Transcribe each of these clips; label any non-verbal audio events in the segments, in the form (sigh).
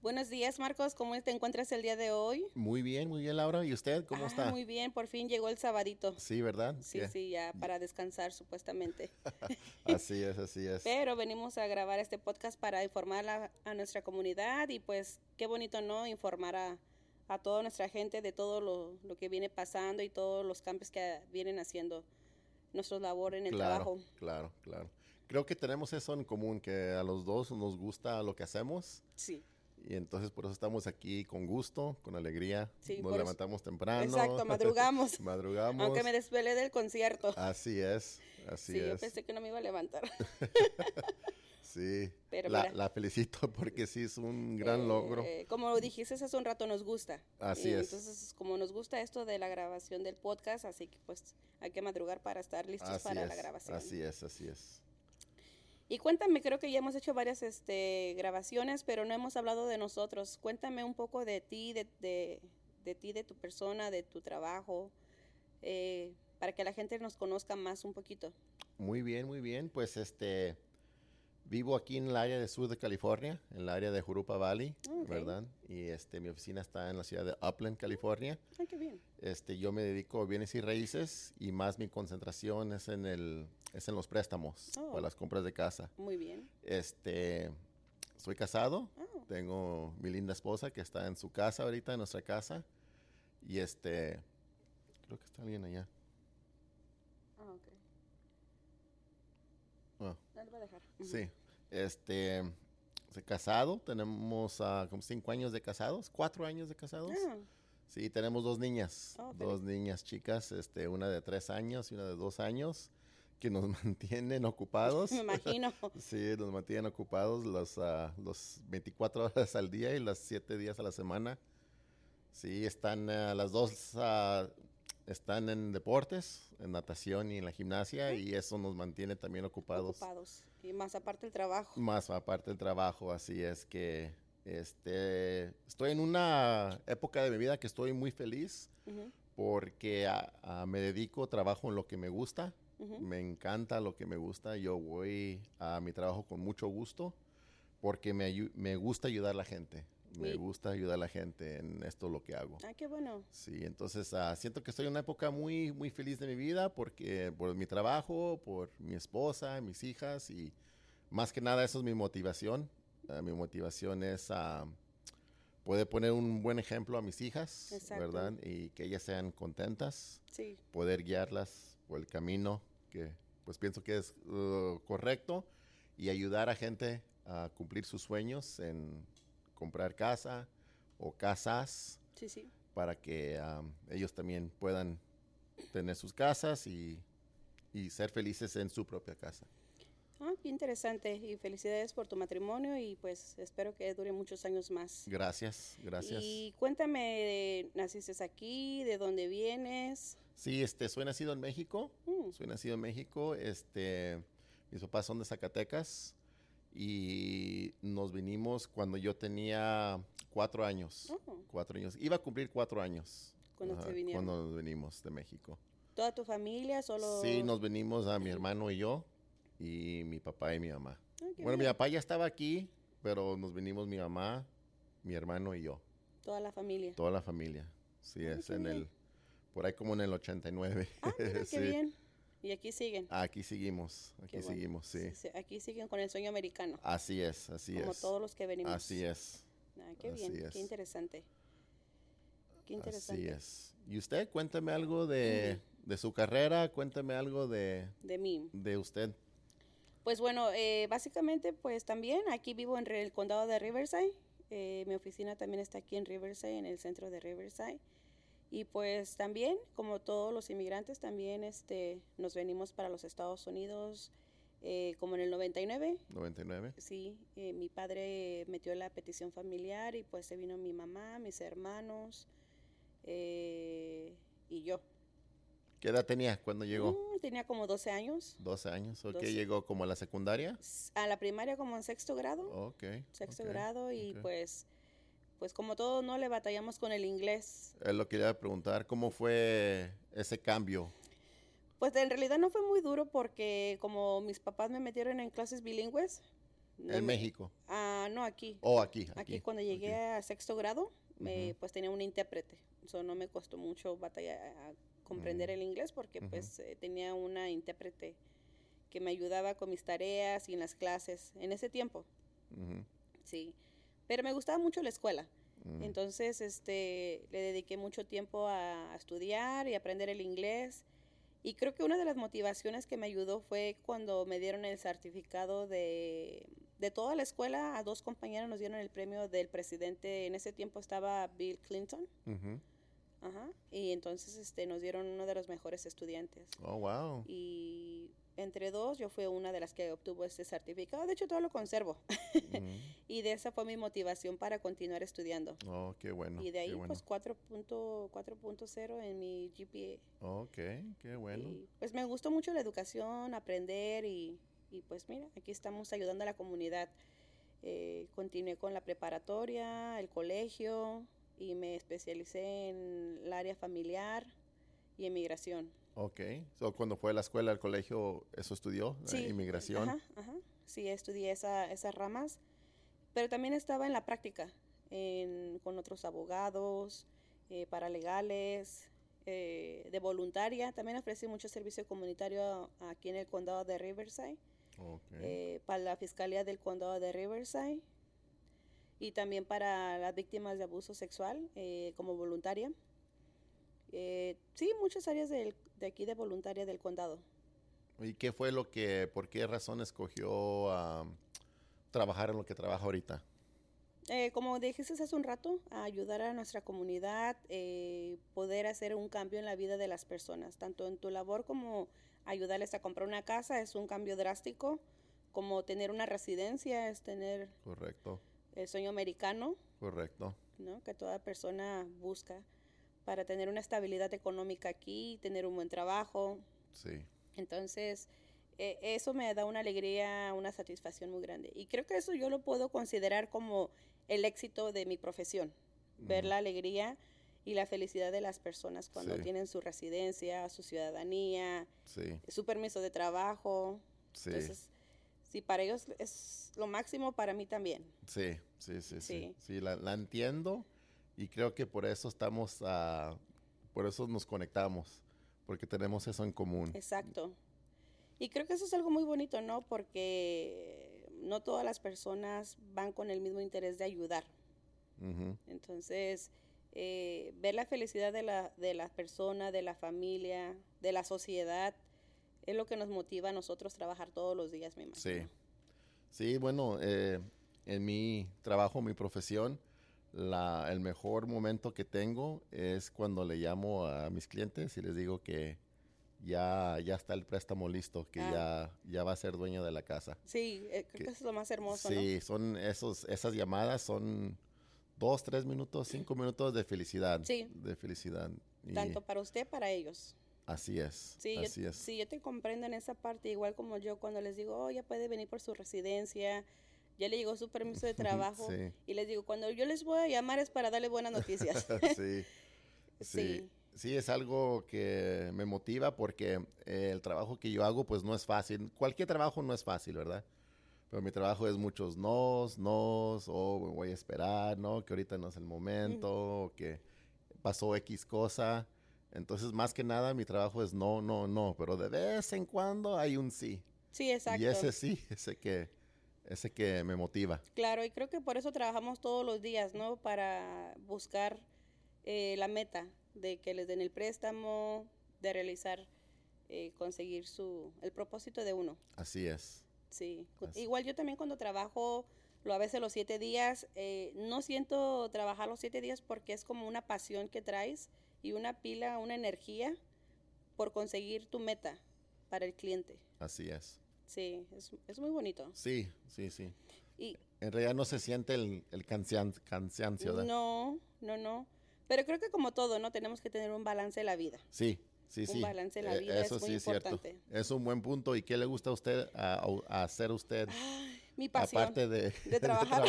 Buenos días, Marcos. ¿Cómo te encuentras el día de hoy? Muy bien, muy bien, Laura. ¿Y usted cómo Ah, está? Muy bien, por fin llegó el sabadito. Sí, ¿verdad? Eh, Sí, Ya. sí, ya para descansar supuestamente. (laughs) Así es, así es. Pero venimos a grabar este podcast para informar a, a nuestra comunidad y pues qué bonito, ¿no? Informar a, a toda nuestra gente de todo lo, lo que viene pasando y todos los cambios que vienen haciendo nuestra labor en el Claro, trabajo. claro, claro. Creo que tenemos eso en común, que a los dos nos gusta lo que hacemos Sí. y entonces por eso estamos aquí con gusto, con alegría. Sí, nos por- levantamos temprano. (laughs) Exacto, madrugamos. madrugamos. Aunque me desvelé del concierto. Así es, así sí, yo es. pensé que no me iba a levantar. (laughs) Sí, Pero la, mira. la felicito (laughs) porque sí es un gran Eh, logro. eh, como lo dijiste hace un rato, nos gusta. Así Y es. Entonces, como nos gusta esto de la grabación del podcast, así que pues hay que madrugar para estar listos Así para es, la grabación. así es, así es. Y cuéntame, creo que ya hemos hecho varias este, grabaciones, pero no hemos hablado de nosotros. Cuéntame un poco de ti, de, de, de ti, de tu persona, de tu trabajo, eh, para que la gente nos conozca más un poquito. Muy bien, muy bien. Pues este vivo aquí en el área de sur de California, en el área de Jurupa Valley, Ah, Ok. ¿verdad? Y este mi oficina está en la ciudad de Upland, California. Ay, Ah, qué bien. Este yo me dedico a bienes y raíces y más mi concentración es en el es en los préstamos Oh. o las compras de casa. Muy bien. Este soy casado, Oh. tengo mi linda esposa que está en su casa ahorita, en nuestra casa. Y este creo que está alguien allá. Ah, ok. Ah. No, lo voy a dejar. Ujú. Sí. Este, se- casado, tenemos ah, como cinco años de casados, cuatro años de casados. Ah, Sí, tenemos dos niñas, Oh, dos niñas chicas, este, una de tres años y una de dos años, que nos (laughs) mantienen ocupados. me imagino. (laughs) sí, nos mantienen ocupados los, ah, los 24 horas al día y los 7 días a la semana. Sí, están ah, las dos, ah, están en deportes, en natación y en la gimnasia, y eso nos mantiene también ocupados. Mm. ocupados. Y más aparte el trabajo. Más aparte del trabajo, así es que este, estoy en una época de mi vida que estoy muy feliz Ujú, porque a- a- me dedico, trabajo en lo que me gusta, ujú. me encanta lo que me gusta, yo voy a mi trabajo con mucho gusto porque me, ayu- me gusta ayudar a la gente, me Y- gusta ayudar a la gente en esto lo que hago. Ah, qué bueno. Sí, entonces ah, siento que estoy en una época muy, muy feliz de mi vida porque por mi trabajo, por mi esposa, mis hijas y más que nada eso es mi motivación. Ah, mi motivación es ah, poder poner un buen ejemplo a mis hijas, Exacto. ¿verdad? Y que ellas sean contentas, Sí, poder guiarlas por el camino que pues pienso que es uh, correcto y ayudar a gente a cumplir sus sueños en comprar casa o casas sí, sí. para que am, ellos también puedan tener sus casas y, y ser felices en su propia casa. Ah, qué interesante. Y felicidades por tu matrimonio y pues espero que dure muchos años más. Gracias, gracias. Y cuéntame, ¿naciste aquí? ¿De dónde vienes? Sí, este, soy nacido en México, Mm, soy nacido en México, este, mis papás son de Zacatecas y nos vinimos cuando yo tenía cuatro años, oh, cuatro años, iba a cumplir cuatro años cuando ajá, te vinieron. cuando nos venimos de México. ¿Toda tu familia? ¿Solo? Sí, nos venimos a mi hermano y yo y mi papá y mi mamá. Ah, qué Bueno, mi bien. papá ya estaba aquí, pero nos vinimos mi mamá, mi hermano y yo, Toda la (laughs) familia. toda la familia. Sí, Ay, es qué en bien. el, por ahí como en el 89. Ah, (laughs) mira, qué Sí. bien. Y aquí siguen. Aquí seguimos, aquí Qué bueno. seguimos, sí. Sí, sí, Aquí siguen con el sueño americano. Así es, así como es. todos los que venimos. Así es, Ah, qué Así bien, es. qué interesante. Qué interesante. así es. Y usted, cuénteme algo de, de su carrera, cuénteme algo de, De mí. de usted. Pues bueno, eh, básicamente, pues también aquí vivo en re- el condado de Riverside. Eh, mi oficina también está aquí en Riverside, en el centro de Riverside. Y pues también, como todos los inmigrantes, también este, nos venimos para los Estados Unidos, eh, como en el 99. 99. Sí, eh, mi padre metió la petición familiar y pues se vino mi mamá, mis hermanos eh, y yo. ¿Qué edad tenía cuando llegó? Mm, tenía como 12 años. 12 años. ¿O qué Doce. llegó como a la secundaria? S- A la primaria como en sexto grado. Ok. sexto Oh, ok, grado y ok. pues pues como todos no le batallamos con el inglés Es lo que le iba a preguntar, ¿cómo fue ese cambio? pues en realidad no fue muy duro porque como mis papás me metieron en clases bilingües no En me- México. ah, Ah, no, aquí. O aquí, aquí. Aquí cuando llegué ok. a sexto grado, me, Ujú. pues tenía un intérprete. So, no me costó mucho batallar a comprender Mm. el inglés porque Ujú. pues eh, tenía una intérprete que me ayudaba con mis tareas y en las clases en ese tiempo, Ujú, sí. Pero me gustaba mucho la escuela. mm, Entonces, este, le dediqué mucho tiempo a, a estudiar y aprender el inglés. Y creo que una de las motivaciones que me ayudó fue cuando me dieron el certificado de, de toda la escuela. A dos compañeros nos dieron el premio del presidente. En ese tiempo estaba Bill Clinton. ujú. Ajá. Y entonces este, nos dieron uno de los mejores estudiantes. Oh, (laughs) wow. Y entre dos, yo fui una de las que obtuvo este certificado. De hecho, todo lo conservo. Mm, Y de esa fue mi motivación para continuar estudiando. Oh, qué bueno. Y de ahí, qué bueno. pues 4.0 4.0 en mi GPA. Ok, qué bueno. Y, pues me gustó mucho la educación, aprender y, y, pues mira, aquí estamos ayudando a la comunidad. Eh, continué con la preparatoria, el colegio y me especialicé en el área familiar y en migración. Ok. So, cuando fue a la escuela, al colegio, eso estudió, eh, Sí, inmigración. Ajá, ajá. Sí, estudié esa- esas ramas, pero también estaba en la práctica, en- con otros abogados, eh, paralegales, eh, de voluntaria. También ofrecí mucho servicio comunitario aquí en el condado de Riverside, Ok. eh, para la Fiscalía del Condado de Riverside y también para las víctimas de abuso sexual eh, como voluntaria. Eh, sí, muchas áreas del- de aquí de voluntaria del condado. ¿Y qué fue lo que, por qué razón escogió am, trabajar en lo que trabaja ahorita? Eh, como dijiste hace un rato, a ayudar a nuestra comunidad, eh, poder hacer un cambio en la vida de las personas, tanto en tu labor como ayudarles a comprar una casa, es un cambio drástico, como tener una residencia, es tener Correcto, el sueño americano, correcto. ¿no? que toda persona busca para tener una estabilidad económica aquí, tener un buen trabajo. Sí. Entonces, eh, eso me da una alegría, una satisfacción muy grande. Y creo que eso yo lo puedo considerar como el éxito de mi profesión, ver Ujú. la alegría y la felicidad de las personas cuando Sí. tienen su residencia, su ciudadanía, Sí, su permiso de trabajo. sí, Entonces, si para ellos es lo máximo, para mí también. sí, sí, sí, sí. Sí. Sí, la, la entiendo y creo que por eso estamos, ah, por eso nos conectamos, porque tenemos eso en común. Exacto. Y creo que eso es algo muy bonito, ¿no? Porque no todas las personas van con el mismo interés de ayudar. Ujú, Entonces, eh, ver la felicidad de la, de la persona, de la familia, de la sociedad, es lo que nos motiva a nosotros trabajar todos los días, me Sí. imagino. Sí, bueno, eh, en mi trabajo, mi profesión, la, el mejor momento que tengo es cuando le llamo a mis clientes y les digo que ya, ya está el préstamo listo, que ya, ya va a ser dueño de la casa. Sí, eh, creo que, Que- eso es lo más hermoso, sí, son esos, esas llamadas son dos, tres minutos, cinco minutos de felicidad. Sí. De felicidad. Y ¿no? Tanto para usted, para ellos. Así es. Sí, yo, así es. sí, yo te comprendo en esa parte, igual como yo cuando les digo, oh, ya puede venir por su residencia, ya le llegó su permiso de trabajo, (laughs) (laughs) Sí. y les digo, cuando yo les voy a llamar es para darle buenas noticias. sí. Sí. Sí. (laughs) Sí, es algo que me motiva porque eh, el trabajo que yo hago pues no es fácil. Cualquier trabajo no es fácil, ¿verdad? Pero mi trabajo es muchos nos, nos, o me voy a esperar, ¿no? Que ahorita no es el momento, o que pasó X cosa. Entonces, más que nada, mi trabajo es no, no, no, pero de vez en cuando hay un sí. sí, exacto. Y ese sí, ese que, ese que me motiva. Claro, y creo que por eso trabajamos todos los días, ¿no? Para buscar eh, la meta de que les den el préstamo, de realizar, eh, conseguir su, el propósito de uno. Así es. Sí, Cu- Así. igual yo también cuando trabajo, lo a veces los siete días, eh, no siento trabajar los siete días porque es como una pasión que traes y una pila, una energía por conseguir tu meta para el cliente. Así es. Sí, es, es muy bonito. Sí, sí, sí. Y, En realidad no se siente el, el cansian- cansancio, ¿verdad? No, no, no. Pero creo que como todo, ¿no? Tenemos que tener un balance de la vida. Sí, sí, Un sí. E, balance en la vida es muy importante. Es un buen punto. ¿Y qué le gusta a usted a, a- a hacer usted? Mi pasión aparte de, (laughs) (laughs) de trabajar,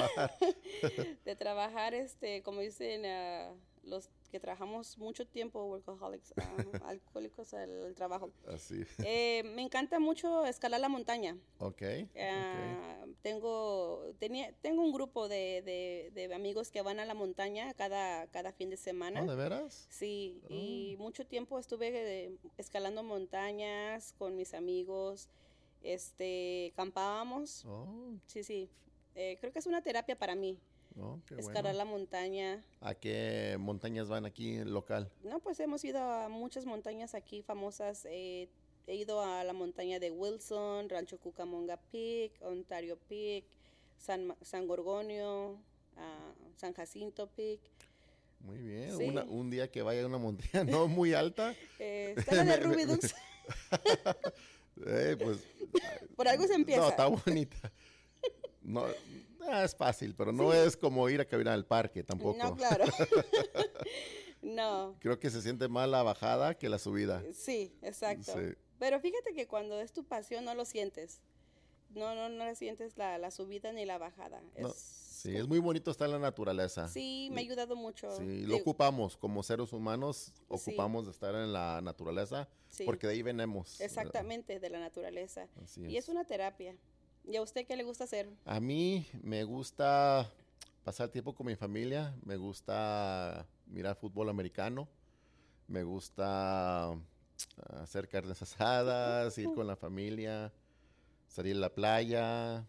de trabajar, este, como dicen ah, los que trabajamos mucho tiempo, workaholics, (laughs) ah, alcohólicos al trabajo. Así. Eh, me encanta mucho escalar la montaña. Ok. Ah, tengo, tenía, tengo un grupo de, de- de amigos que van a la montaña cada, cada fin de semana. ¿No, ¿Oh, de veras? Sí, y Oh. mucho tiempo estuve eh, escalando montañas con mis amigos, este, campábamos. Oh, Sí, sí. Eh, creo que es una terapia para mí, oh, qué bueno. escalar la montaña. ¿A qué montañas van aquí en local? No, pues hemos ido a muchas montañas aquí famosas. eh, he ido a la montaña de Wilson, Rancho Cucamonga Peak, Ontario Peak, San, Ma- San Gorgonio, ah, San Jacinto Peak. Muy bien. Sí. Una- un día que vaya a una montaña (laughs) no muy alta, (laughs) Eh, está la de Me- me- Ruby Dux, eh, pues (laughs) por algo se empieza. No, está bonita. No, ah, es fácil, pero no es como ir a caminar al parque tampoco. No, (laughs) claro. (laughs) no, Creo que se siente más la bajada que la subida. sí, exacto. Sí. Pero fíjate que cuando es tu pasión no lo sientes. No, no, no sientes la, la subida ni la bajada. No, Es Sí, es muy bonito estar en la naturaleza. Sí, me ha ayudado mucho. Sí, lo Digo, ocupamos como seres humanos, ocupamos de estar en la naturaleza sí, porque de ahí venimos. ¿verdad? exactamente, de la naturaleza. Así Y es una terapia. ¿Y a usted qué le gusta hacer? A mí me gusta pasar tiempo con mi familia, me gusta mirar fútbol americano, me gusta ah, hacer carnes (laughs) asadas, ir con la familia, salir a la playa,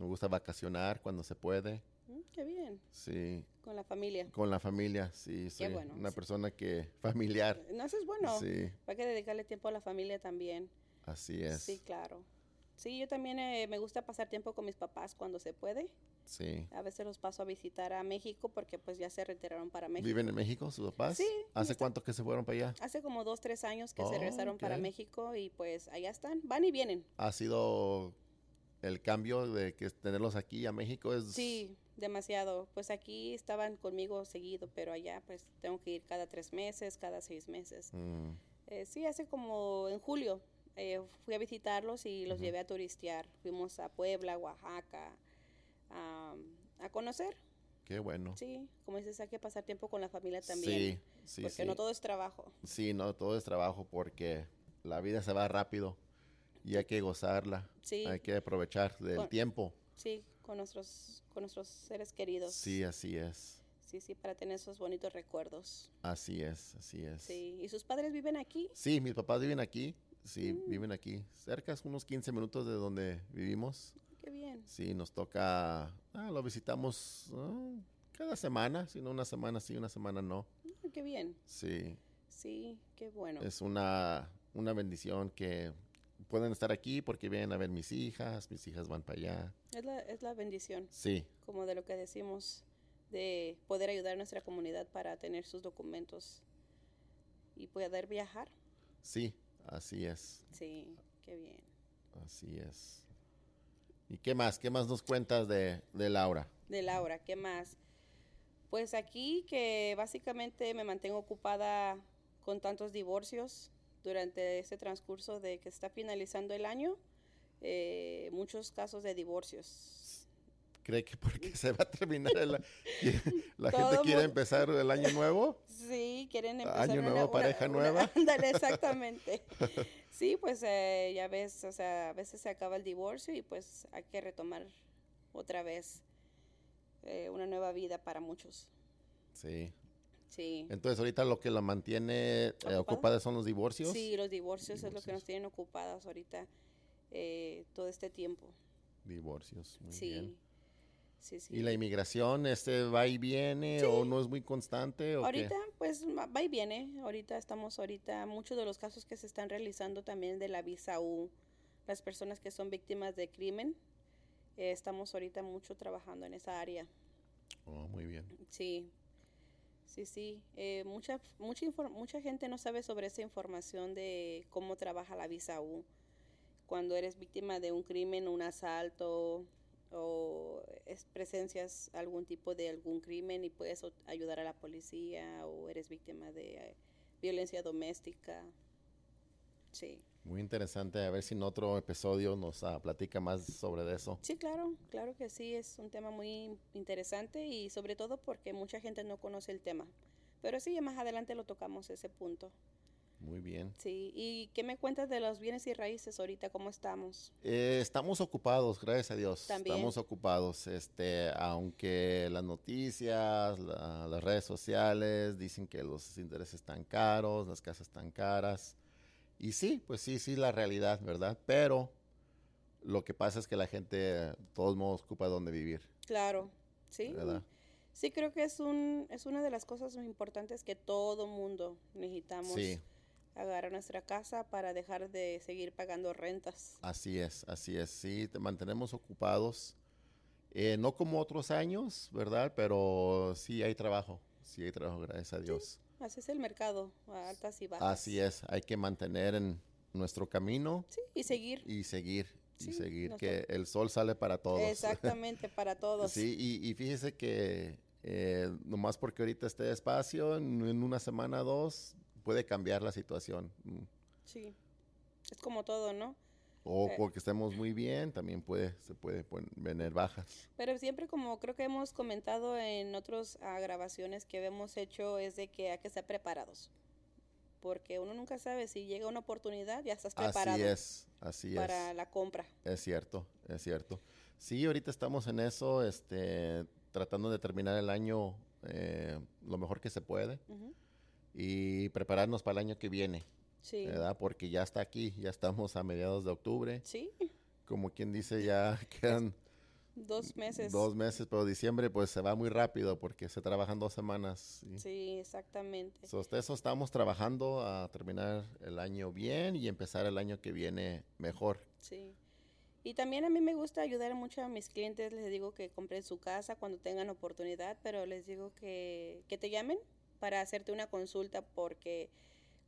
me gusta vacacionar cuando se puede, Mm, Qué bien, sí, con la familia. con la familia, sí, soy bueno, una sí. persona que familiar, No, eso es bueno. sí, Hay que dedicarle tiempo a la familia también. así es, Sí, sí, claro. Sí, yo también eh, me gusta pasar tiempo con mis papás cuando se puede. A veces los paso a visitar a México porque pues ya se retiraron para México. ¿Viven en México sus papás? Sí, este ¿Hace cuánto que se fueron para allá? Hace como dos, tres años que Oh, se regresaron para ok. México y pues allá están, van y vienen. ha sido el cambio de que tenerlos aquí a México es Sí, demasiado. Pues aquí estaban conmigo seguido, pero allá pues tengo que ir cada tres meses, cada seis meses. Mm, Eh, sí, hace como en julio eh, fui a visitarlos y los Ujú. llevé a turistear. Fuimos a Puebla, Oaxaca, am, a conocer. qué bueno. Sí, como dices, hay que pasar tiempo con la familia Oh. sí, también. sí, porque sí. no todo es trabajo. Sí, no, todo es trabajo porque la vida se va rápido y hay que gozarla, Sí, hay que aprovechar del Con- tiempo. sí, con nuestros, con nuestros seres queridos. Sí, así es. Sí, sí, para tener esos bonitos recuerdos. Así es, así es. Sí, ¿y sus padres viven aquí? Sí, mis papás viven aquí. Sí, Mm. viven aquí. Cerca, es unos 15 minutos de donde vivimos. Qué bien. Sí, nos toca. ah, lo visitamos ah, cada semana, si no una semana sí, una semana no. Ah, Qué bien. Sí, Sí, qué bueno. es una, una bendición que pueden estar aquí porque vienen a ver mis hijas, mis hijas van para allá. Es la, es la bendición, Sí, como de lo que decimos, de poder ayudar a nuestra comunidad para tener sus documentos y poder viajar. sí, así es, Sí, qué bien. así es. ¿Y qué más? ¿Qué más nos cuentas de, de Laura? De Laura, ¿qué más? Pues aquí que básicamente me mantengo ocupada con tantos divorcios durante este transcurso de que está finalizando el año, eh, muchos casos de divorcios. ¿Cree que porque (laughs) se va a terminar el, la gente Todo quiere mundo- empezar el año nuevo? Sí, quieren empezar Año nuevo, pareja nueva. (laughs) ándale, (laughs) exactamente. sí, pues eh, ya ves, o sea, a veces se acaba el divorcio y pues hay que retomar otra vez eh, una nueva vida para muchos. Sí. Sí. Entonces ahorita lo que la mantiene eh, ¿Ocupada? ocupada son los divorcios. Sí, los divorcios, es lo que nos Divorcios. tienen ocupados ahorita eh, todo este tiempo. Divorcios, muy sí. bien. sí, sí. ¿Y la inmigración, este va y viene o Sí. no es muy constante? ¿o qué? ahorita, pues va va y viene. Ahorita estamos, ahorita, muchos de los casos que se están realizando también de la visa U, las personas que son víctimas de crimen, eh, estamos ahorita mucho trabajando en esa área. Oh, muy bien. Sí, sí, sí. Eh, mucha, mucha, infor- mucha gente no sabe sobre esa información de cómo trabaja la visa U. Cuando eres víctima de un crimen, un asalto o es presencias algún tipo de algún crimen y puedes o- ayudar a la policía o eres víctima de eh, violencia doméstica. Sí, Muy interesante, a ver si en otro episodio nos ah, platica más sobre de eso. sí, claro, claro que sí, es un tema muy interesante y sobre todo porque mucha gente no conoce el tema. Pero sí, ya más adelante lo tocamos ese punto. Muy bien. Sí, ¿y qué me cuentas de los bienes y raíces ahorita? ¿Cómo estamos? Eh, estamos ocupados, gracias a Dios. También. Estamos ocupados. Este, aunque las noticias, la- las redes sociales dicen que los intereses están caros, las casas están caras. Y sí, pues sí, sí, la realidad, ¿verdad? Pero lo que pasa es que la gente, de todos modos, ocupa donde vivir, Claro, sí. ¿verdad? Sí, creo que es, un, es una de las cosas muy importantes que todo mundo necesitamos Sí, agarrar nuestra casa para dejar de seguir pagando rentas. así es, así es. Sí, te mantenemos ocupados. Eh, no como otros años, ¿verdad? Pero sí hay trabajo, sí hay trabajo, gracias a Dios. Así es el mercado, a altas y bajas. Así es, hay que mantener en nuestro camino Sí, y seguir. y seguir, Sí, y seguir, nos que el sol sale para todos. (laughs) Exactamente, para todos. Sí, y, y fíjese que eh, nomás porque ahorita esté despacio, en, en una semana o dos, puede cambiar la situación. Mm. Sí. Es como todo, ¿no? O Eh. porque estemos muy bien, también puede, se puede pon- venir bajas. Pero siempre como creo que hemos comentado en otras grabaciones que hemos hecho es de que hay que estar preparados. Porque uno nunca sabe si llega una oportunidad, ya estás preparado Así es, así para es. la compra. Es cierto, es cierto. Sí, ahorita estamos en eso, este, tratando de terminar el año eh, lo mejor que se puede. Ujú. y prepararnos para el año que viene, Sí. ¿verdad? Porque ya está aquí, ya estamos a mediados de octubre. Sí, Como quien dice, ya (laughs) quedan dos meses. dos meses, pero diciembre pues se va muy rápido porque se trabajan dos semanas. ¿sí? Sí, exactamente. So, hasta eso estamos trabajando a terminar el año bien y empezar el año que viene mejor. Sí. Y también a mí me gusta ayudar mucho a mis clientes. Les digo que compren su casa cuando tengan oportunidad, pero les digo que, que te llamen para hacerte una consulta porque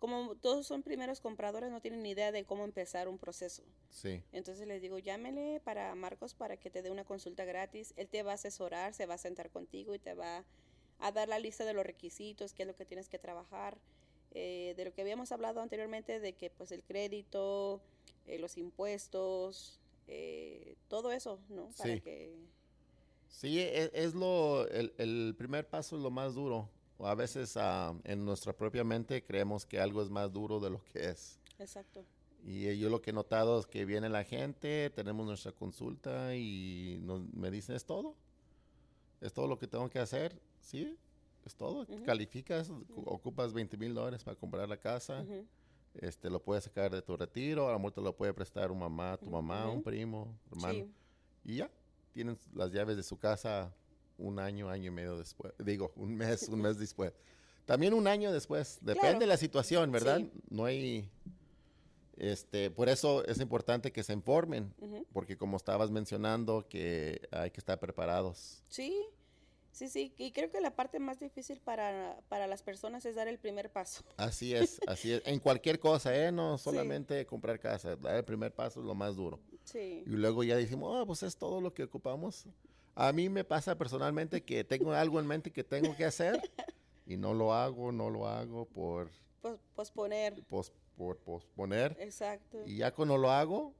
como todos son primeros compradores, no tienen ni idea de cómo empezar un proceso. Sí, Entonces les digo, llámele para Marcos para que te dé una consulta gratis. Él te va a asesorar, se va a sentar contigo y te va a dar la lista de los requisitos, qué es lo que tienes que trabajar, eh, de lo que habíamos hablado anteriormente, de que pues el crédito, eh, los impuestos, eh, todo eso, ¿no? Para Sí. que... sí, e- es, lo, el, el primer paso es lo más duro. O A veces ah, en nuestra propia mente creemos que algo es más duro de lo que es. Exacto. Y eh, yo lo que he notado es que viene la gente, tenemos nuestra consulta y nos- me dicen, ¿es todo? ¿Es todo lo que tengo que hacer? Sí, es todo. Ujú. Calificas, cu- ocupas 20 mil dólares para comprar la casa, Ujú. este, lo puedes sacar de tu retiro, a lo mejor te lo puede prestar un mamá, tu mamá, Ujú. un primo, hermano. Sí, Y ya, tienen las llaves de su casa un año, año y medio después. Digo, un mes, un mes después. También un año después. Depende Claro. de la situación, ¿verdad? Sí. No hay... Este, por eso es importante que se informen, ujú. porque como estabas mencionando, que hay que estar preparados. sí, sí, sí. Y creo que la parte más difícil para, para las personas es dar el primer paso. (laughs) Así es, así es. En cualquier cosa, ¿eh? No Sí. solamente comprar casa. Dar el primer paso es lo más duro. Sí. Y luego ya dijimos, ah, pues es todo lo que ocupamos. A mí me pasa personalmente que tengo algo en mente que tengo que hacer y no lo hago, no lo hago por, Pos- posponer. pos- por posponer. Exacto. Y ya cuando lo hago,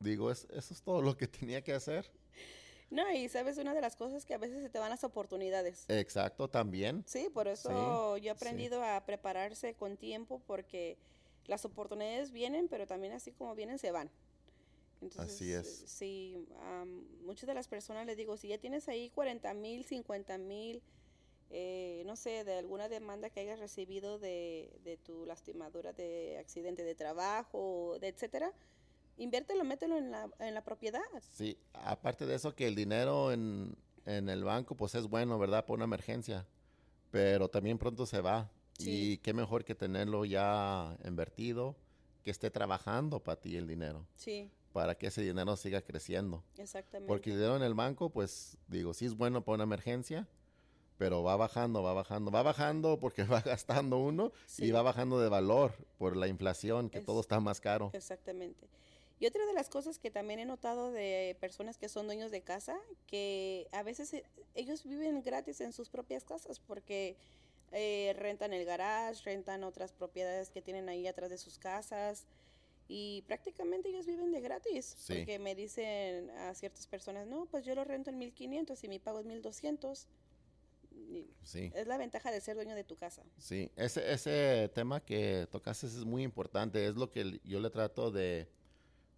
digo, "Es- eso es todo lo que tenía que hacer. No, y sabes, una de las cosas que a veces se te van las oportunidades. Exacto, también. Sí, por eso yo he Eh, sí. aprendido a prepararse con tiempo porque las oportunidades vienen, pero también así como vienen, se van. Entonces, Así es. eh, Sí, am, muchas de las personas les digo, si ya tienes ahí 40 mil, 50 mil, eh, no sé, de alguna demanda que hayas recibido de, de tu lastimadura de accidente de trabajo, de etcétera, inviértelo, mételo en la, en la propiedad. Sí, aparte de eso que el dinero en, en el banco, pues es bueno, ¿verdad? Para una emergencia, pero también pronto se va. Sí. Y qué mejor que tenerlo ya invertido, que esté trabajando para ti el dinero, Sí, para que ese dinero siga creciendo. exactamente. Porque el dinero en el banco, pues digo, sí es bueno para una emergencia, pero va bajando, va bajando, va bajando porque (laughs) va gastando uno Sí. y va bajando de valor por la inflación, que Es- todo está (laughs) más caro. Exactamente. Y otra de las cosas que también he notado de personas que son dueños de casa, que a veces eh, ellos viven gratis en sus propias casas porque eh, rentan el garage, rentan otras propiedades que tienen ahí atrás de sus casas y prácticamente ellos viven de gratis Sí. porque me dicen a ciertas personas, no, pues yo lo rento en 1500 y mi pago es 1200. Y Sí, Es la ventaja de ser dueño de tu casa. sí. Ese, ese tema que tocaste es muy importante. Es lo que l- yo le trato de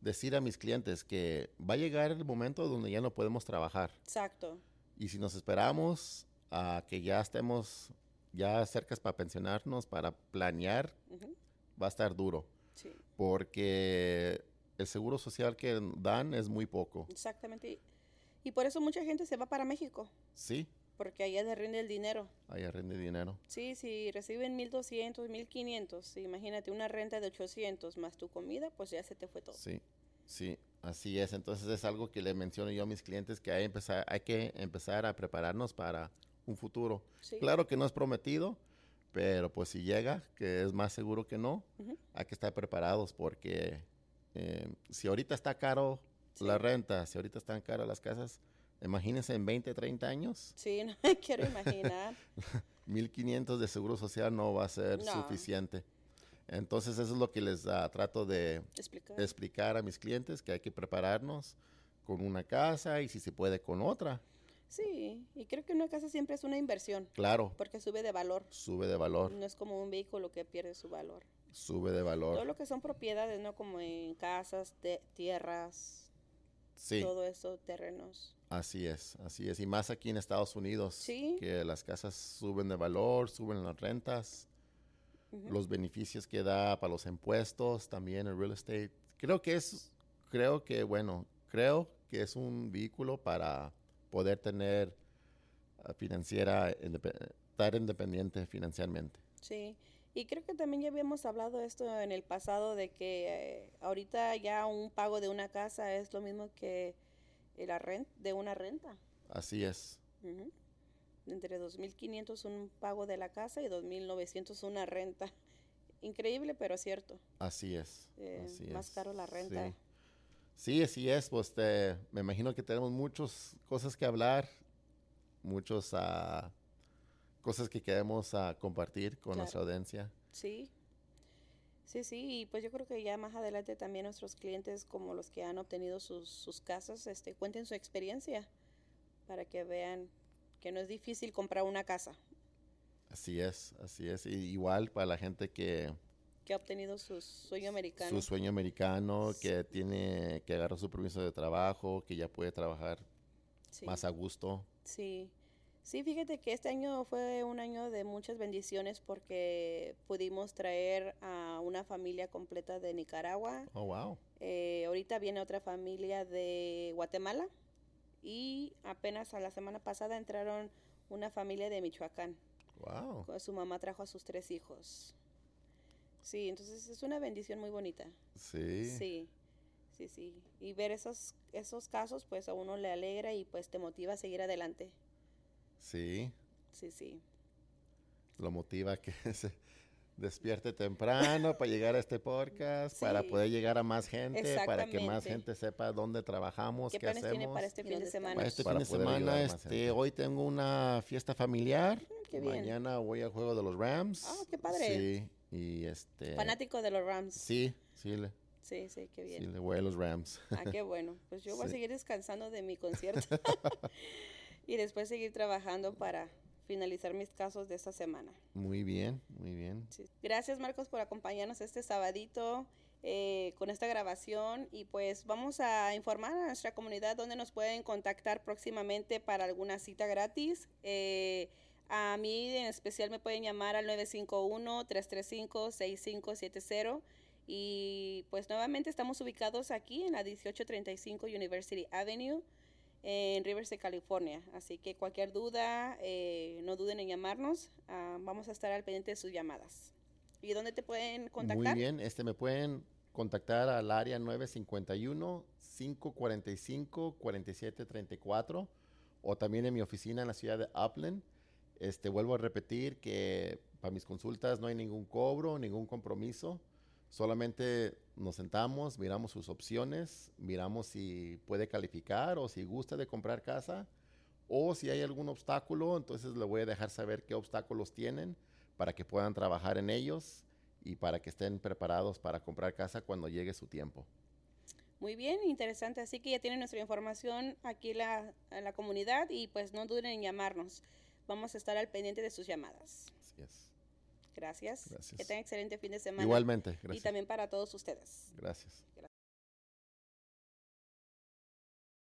decir a mis clientes, que va a llegar el momento donde ya no podemos trabajar. Exacto. Y si nos esperamos a que ya estemos ya cercas para pensionarnos, para planear, Ujú. va a estar duro. Sí, Porque el seguro social que dan es muy poco. exactamente. Y, y por eso mucha gente se va para México, Sí, porque allá les rinde el dinero. allá rinde dinero. Sí, si reciben 1200, 1500, imagínate una renta de 800 más tu comida, pues ya se te fue todo. Sí, sí, así es. Entonces es algo que le menciono yo a mis clientes que hay, empezar, hay que empezar a prepararnos para un futuro. Sí. Claro que no es prometido, pero pues si llega, que es más seguro que no, Ujú. hay que estar preparados porque eh, si ahorita está caro la Sí. renta, si ahorita están caras las casas, imagínense en 20, 30 años, Sí, (laughs) no me quiero imaginar. 1500 de seguro social no va a ser No. suficiente. Entonces eso es lo que les ah, trato de Explicar. explicar a mis clientes que hay que prepararnos con una casa y si se puede con otra. Sí, y creo que una casa siempre es una inversión, Claro, porque sube de valor. sube de valor, No es como un vehículo que pierde su valor. sube de Todo valor. lo que son propiedades, ¿no? Como en casas, te- tierras, Sí. todo eso, terrenos. Así es, así es. Y más aquí en Estados Unidos, Sí. que las casas suben de valor, suben las rentas, Ujú. los beneficios que da para los impuestos, también el real estate. Creo que es, creo que, bueno, creo que es un vehículo para poder tener ah, financiera, indepe- estar independiente financieramente. Sí, y creo que también ya habíamos hablado esto en el pasado de que eh, ahorita ya un pago de una casa es lo mismo que la renta de una renta. Así es, Ujú. Entre 2.500 un pago de la casa y 2.900 una renta. Increíble, pero cierto. así es. Eh, así más es, caro la sí. renta. Sí, así es. Pues te- me imagino que tenemos muchas cosas que hablar, muchas cosas que queremos ah, compartir con Claro. nuestra audiencia. Sí. Sí, sí, y pues yo creo que ya más adelante también nuestros clientes, como los que han obtenido sus, sus casas, este, cuenten su experiencia para que vean que no es difícil comprar una casa, Así es, así es. Y igual para la gente que que ha obtenido su sueño americano. su sueño americano, Sí. que tiene que agarrar su permiso de trabajo, que ya puede trabajar sí, más a gusto. sí. Sí, fíjate que este año fue un año de muchas bendiciones porque pudimos traer a una familia completa de Nicaragua. Oh, wow. Eh, ahorita viene otra familia de Guatemala y apenas a la semana pasada entraron una familia de Michoacán. Wow. Con- Su mamá trajo a sus tres hijos. Sí, entonces es una bendición muy bonita. Sí. Sí, sí, sí. Y ver esos, esos casos, pues a uno le alegra y pues te motiva a seguir adelante. Sí. Sí, sí. Lo motiva que (laughs) se despierte temprano para llegar a este podcast, para Sí. poder llegar a más gente, para que más Exactamente. gente sepa dónde trabajamos, ¿Qué Pues, qué, planes hacemos. tiene para este ¿Y fin de dónde estamos? semana? Para este Para fin de poder ayudar semana, a más este, gente. hoy tengo una fiesta familiar. Ah, qué bien. Mañana voy al juego de los Rams. Ah, qué padre. Sí, y este. Fanático de los Rams. Sí, sí, le, sí, sí, qué bien. sí, le voy a los Rams. Ah, qué bueno. Pues yo voy a Sí. seguir descansando de mi concierto (laughs) y después seguir trabajando para finalizar mis casos de esta semana. Muy bien, muy bien. Sí. Gracias Marcos por acompañarnos este sabadito eh, con esta grabación y pues vamos a informar a nuestra comunidad donde nos pueden contactar próximamente para alguna cita gratis. Eh, a mí en especial me pueden llamar al 951-335-6570 y pues nuevamente estamos ubicados aquí en la 1835 University Avenue en Riverside, California. Así que cualquier duda, eh, no duden en llamarnos. Ah, vamos a estar al pendiente de sus llamadas. ¿Y dónde te pueden Muy contactar? bien, este me pueden contactar al área 951-545-4734 o también en mi oficina en la ciudad de Upland. Este, vuelvo a repetir que para mis consultas no hay ningún cobro, ningún compromiso. Solamente nos sentamos, miramos sus opciones, miramos si puede calificar o si gusta de comprar casa o si hay algún obstáculo, entonces le voy a dejar saber qué obstáculos tienen para que puedan trabajar en ellos y para que estén preparados para comprar casa cuando llegue su tiempo. Muy bien, interesante. Así que ya tienen nuestra información aquí la, a la comunidad y pues no duden en llamarnos. Vamos a estar al pendiente de sus llamadas. Así es. Gracias. Gracias. Que tengan excelente fin de semana. Igualmente, Y gracias. también para todos ustedes. Gracias.